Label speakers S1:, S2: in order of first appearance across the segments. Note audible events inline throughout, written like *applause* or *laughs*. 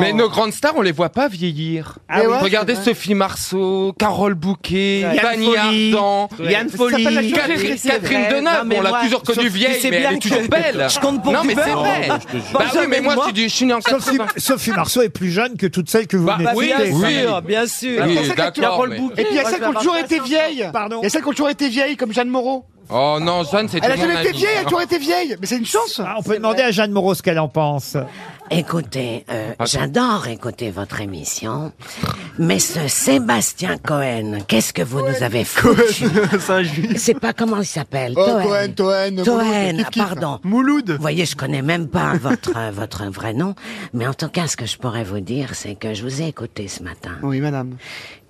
S1: Mais nos grandes stars, on les voit pas vieillir.
S2: Ah oui,
S1: Regardez Sophie Marceau, Carole Bouquet,
S2: Ouais.
S1: Fanny
S3: Folly.
S1: Ardant,
S3: Yann Folly.
S2: s'appelle la chirurgie
S1: Catherine,
S2: esthétique.
S1: Catherine
S2: Ouais,
S1: Deneuve.
S3: non, mais
S1: on l'a
S3: moi,
S1: toujours connue
S3: sauf-
S1: vieille,
S3: c'est
S1: mais elle
S3: bien
S1: est toujours
S3: que-
S1: belle.
S3: je compte pour
S1: Non,
S3: du
S1: mais c'est
S3: beurre.
S1: vrai. Bah oui, mais moi,
S3: moi-
S1: je suis, du- je suis né en
S4: Sophie,
S1: 80.
S4: Sophie Marceau est plus jeune que toutes celles que vous
S1: Bah,
S4: venez de
S1: oui, oui.
S4: citer.
S3: bien sûr, bien sûr.
S1: Oui,
S2: pour ça que tu la
S1: d'accord.
S2: rôles
S1: mais-
S2: bouc.
S5: Et puis il y a celles qui ont toujours été vieilles.
S4: Pardon
S5: Il y a celles qui ont toujours été vieilles, comme Jeanne Moreau.
S1: Oh non, Jeanne, c'est
S5: Elle a
S1: tout mon
S5: jamais été
S1: avis.
S5: vieille, elle a toujours été vieille. Mais c'est une chance.
S4: Ah, on peut demander à Jeanne Moreau ce qu'elle en pense.
S6: Écoutez, euh, j'adore écouter votre émission, mais ce Sébastien Cohen, qu'est-ce que vous nous avez foutu
S5: *laughs*
S6: C'est pas comment il s'appelle Cohen,
S5: Toen,
S6: Cohen,
S5: Oh, Mouloud, kiff, kiff.
S6: pardon.
S5: Mouloud.
S6: Vous voyez, je connais même pas votre euh, votre vrai nom, mais en tout cas, ce que je pourrais vous dire, c'est que je vous ai écouté ce matin,
S5: Oui, madame.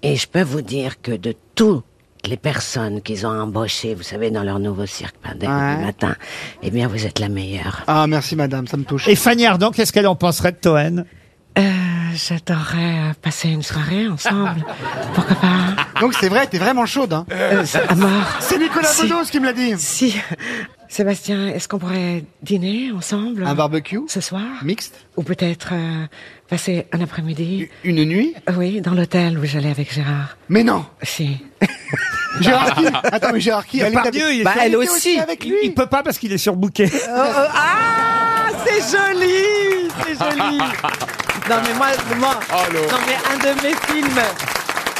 S6: et je peux vous dire que de toutes les personnes qu'ils ont embauchées, vous savez, dans leur nouveau cirque pendant
S5: Ouais.
S6: du matin, eh bien, vous êtes la meilleure.
S5: Ah, merci, madame, ça me touche.
S4: Et Fanny Ardant, qu'est-ce qu'elle en penserait de Toen
S6: Euh, J'adorerais euh, passer une
S5: *laughs*
S6: soirée ensemble. Pourquoi pas
S5: Donc c'est vrai, t'es vraiment chaude. Hein.
S6: Euh, à mort.
S5: C'est Nicolas
S6: Si.
S5: Bedos qui me l'a dit.
S6: Si. Sébastien, est-ce qu'on pourrait dîner ensemble
S5: Un barbecue
S6: ce soir
S5: mixte,
S6: Ou peut-être euh, passer un après-midi
S5: une nuit.
S6: Euh, Oui, dans l'hôtel où j'allais avec Gérard.
S5: Mais non,
S6: Si.
S5: Gérard qui Attends, mais Gérard qui elle est
S4: Pardieu,
S5: avec-
S4: il est
S3: Bah,
S4: sur-
S3: elle
S5: était aussi
S3: aussi.
S5: avec lui.
S4: Il peut pas parce qu'il est sur bouquet.
S3: Euh, Ah, c'est joli, c'est
S4: *laughs*
S3: joli. Non mais moi, moi, non mais un de mes films,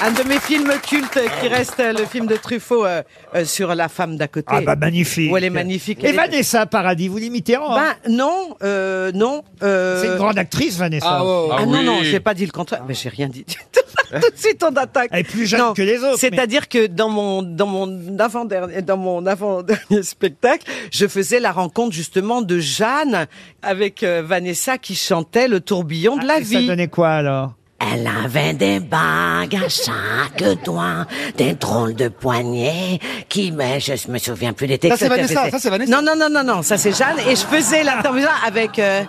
S3: un de mes films cultes
S4: Ah
S3: qui reste euh, le film de Truffaut euh, euh, sur la femme d'à côté.
S4: Ah bah magnifique.
S3: Où elle est magnifique.
S4: Et
S3: elle est-
S4: Vanessa Paradis, vous l'imitez en hein
S3: Bah, non, euh, non. euh,
S4: C'est une grande actrice, Vanessa.
S1: Ah
S3: Ah, non,
S1: oui.
S3: non, j'ai pas dit le contraire. Mais j'ai rien dit. *laughs* Tout de suite, on attaque.
S4: Ah. Elle est plus jeune que les autres, mais-
S3: C'est-à-dire que dans mon, dans mon avant-dernier, dans mon avant-dernier *laughs* spectacle, je faisais la rencontre, justement, de Jeanne avec euh, Vanessa qui chantait le tourbillon de la
S4: Ah, Et Ça
S3: vie.
S4: donnait quoi alors
S6: Elle avait des bagues
S3: *laughs*
S6: à chaque doigt, des drôles de poignets qui, mais je me souviens plus des textes.
S5: c'est
S6: qu'elle
S5: Vanessa,
S6: faisait.
S5: ça, c'est Vanessa.
S3: Non, non, non, non, non, ça c'est Jeanne. Et je faisais la tourbillon avec, euh,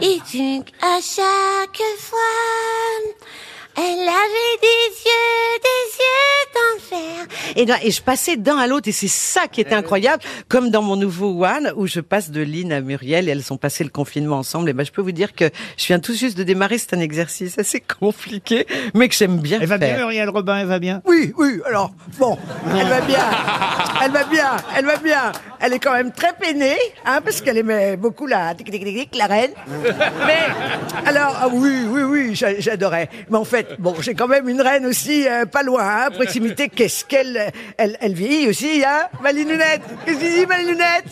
S7: Et donc, à chaque fois, elle avait des yeux, des yeux d'enfer.
S3: et, là- et je passais d'un à l'autre. Et c'est ça qui était incroyable. Comme dans mon nouveau One, où je passe de Lynn à Muriel et elles ont passé le confinement ensemble. Et ben, je peux vous dire que je viens tout juste de démarrer. C'est un exercice assez *laughs* compliqué, mais que j'aime bien
S4: Elle va bien,
S3: faire.
S4: Muriel Robin, elle va bien
S3: Oui, oui, alors, bon, elle va bien,
S4: *laughs*
S3: elle va bien, elle va bien. Elle est quand même très peinée, hein, parce qu'elle aimait beaucoup la tic, tic, tic, tic, la reine. Mais, alors, ah oui, oui, oui, j'a- j'adorais. Mais en fait, bon, j'ai quand même une reine aussi, euh, pas loin, hein, à proximité. Qu'est-ce qu'elle, euh, elle, elle vieillit aussi, hein, ma lunette Qu'est-ce que tu dis, ma lunette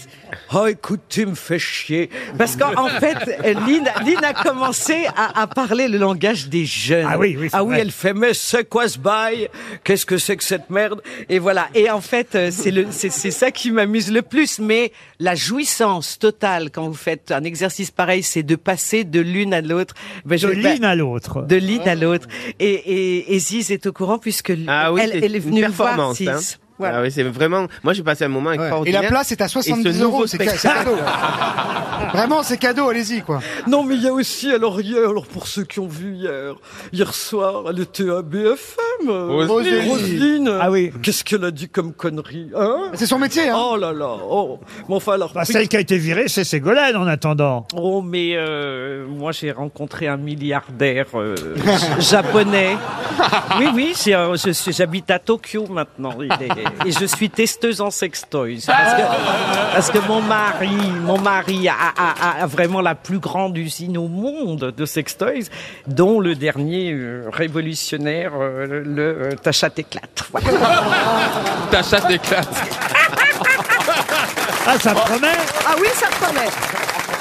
S3: Oh, écoute, tu me fais chier. Parce qu'en en fait, euh, Lynn, Lynn a commencé à, à parler le langage des jeunes.
S4: Ah oui, oui, c'est
S3: Ah oui,
S4: vrai.
S3: elle fait mais c'est quoi ce bail Qu'est-ce que c'est que cette merde Et voilà. Et en fait, euh, c'est le c'est c'est ça qui m'amuse le plus. Mais la jouissance totale quand vous faites un exercice pareil, c'est de passer de l'une à l'autre. Ben, je-
S4: De
S3: ben,
S4: l'une à l'autre.
S3: de l'une à l'autre. Et, et, et Ziz est au courant puisque l-
S8: Ah oui,
S3: elle,
S8: c'est
S3: elle est
S8: une
S3: venue me voir
S8: performance,
S3: Ziz.
S8: hein.
S3: Voilà.
S8: Ah oui, c'est vraiment. Moi, j'ai passé un moment
S5: Ouais.
S8: extraordinaire.
S5: Et la place est à 70
S8: ce
S5: euros,
S8: nouveau
S5: c'est ca- c'est cadeau. Vraiment, c'est cadeau, allez-y, quoi.
S3: Non, mais il y a aussi, alors hier, alors pour ceux qui ont vu hier, hier soir, elle était à BFM. euh,
S5: Roselyne.
S4: Ah oui.
S3: Qu'est-ce qu'elle a dit comme connerie, hein
S5: C'est son métier, hein.
S3: Oh là là, oh. Mais enfin, alors.
S4: Bah, celle qui a été virée, c'est Ségolène en attendant.
S3: Oh, mais euh, moi, j'ai rencontré un milliardaire euh, *laughs* japonais. Oui, oui, j'ai un- je suis- j'habite à Tokyo maintenant. Il est- et je suis testeuse en sextoys. Parce que, parce que mon mari, mon mari a, a- a- a vraiment la plus grande usine au monde de sextoys, dont le dernier euh, révolutionnaire, euh, le euh, Ta chatte éclate. Voilà.
S1: Ta chatte éclate.
S3: Oh.
S4: Ah, ça promet
S3: Ah oui, ça promet.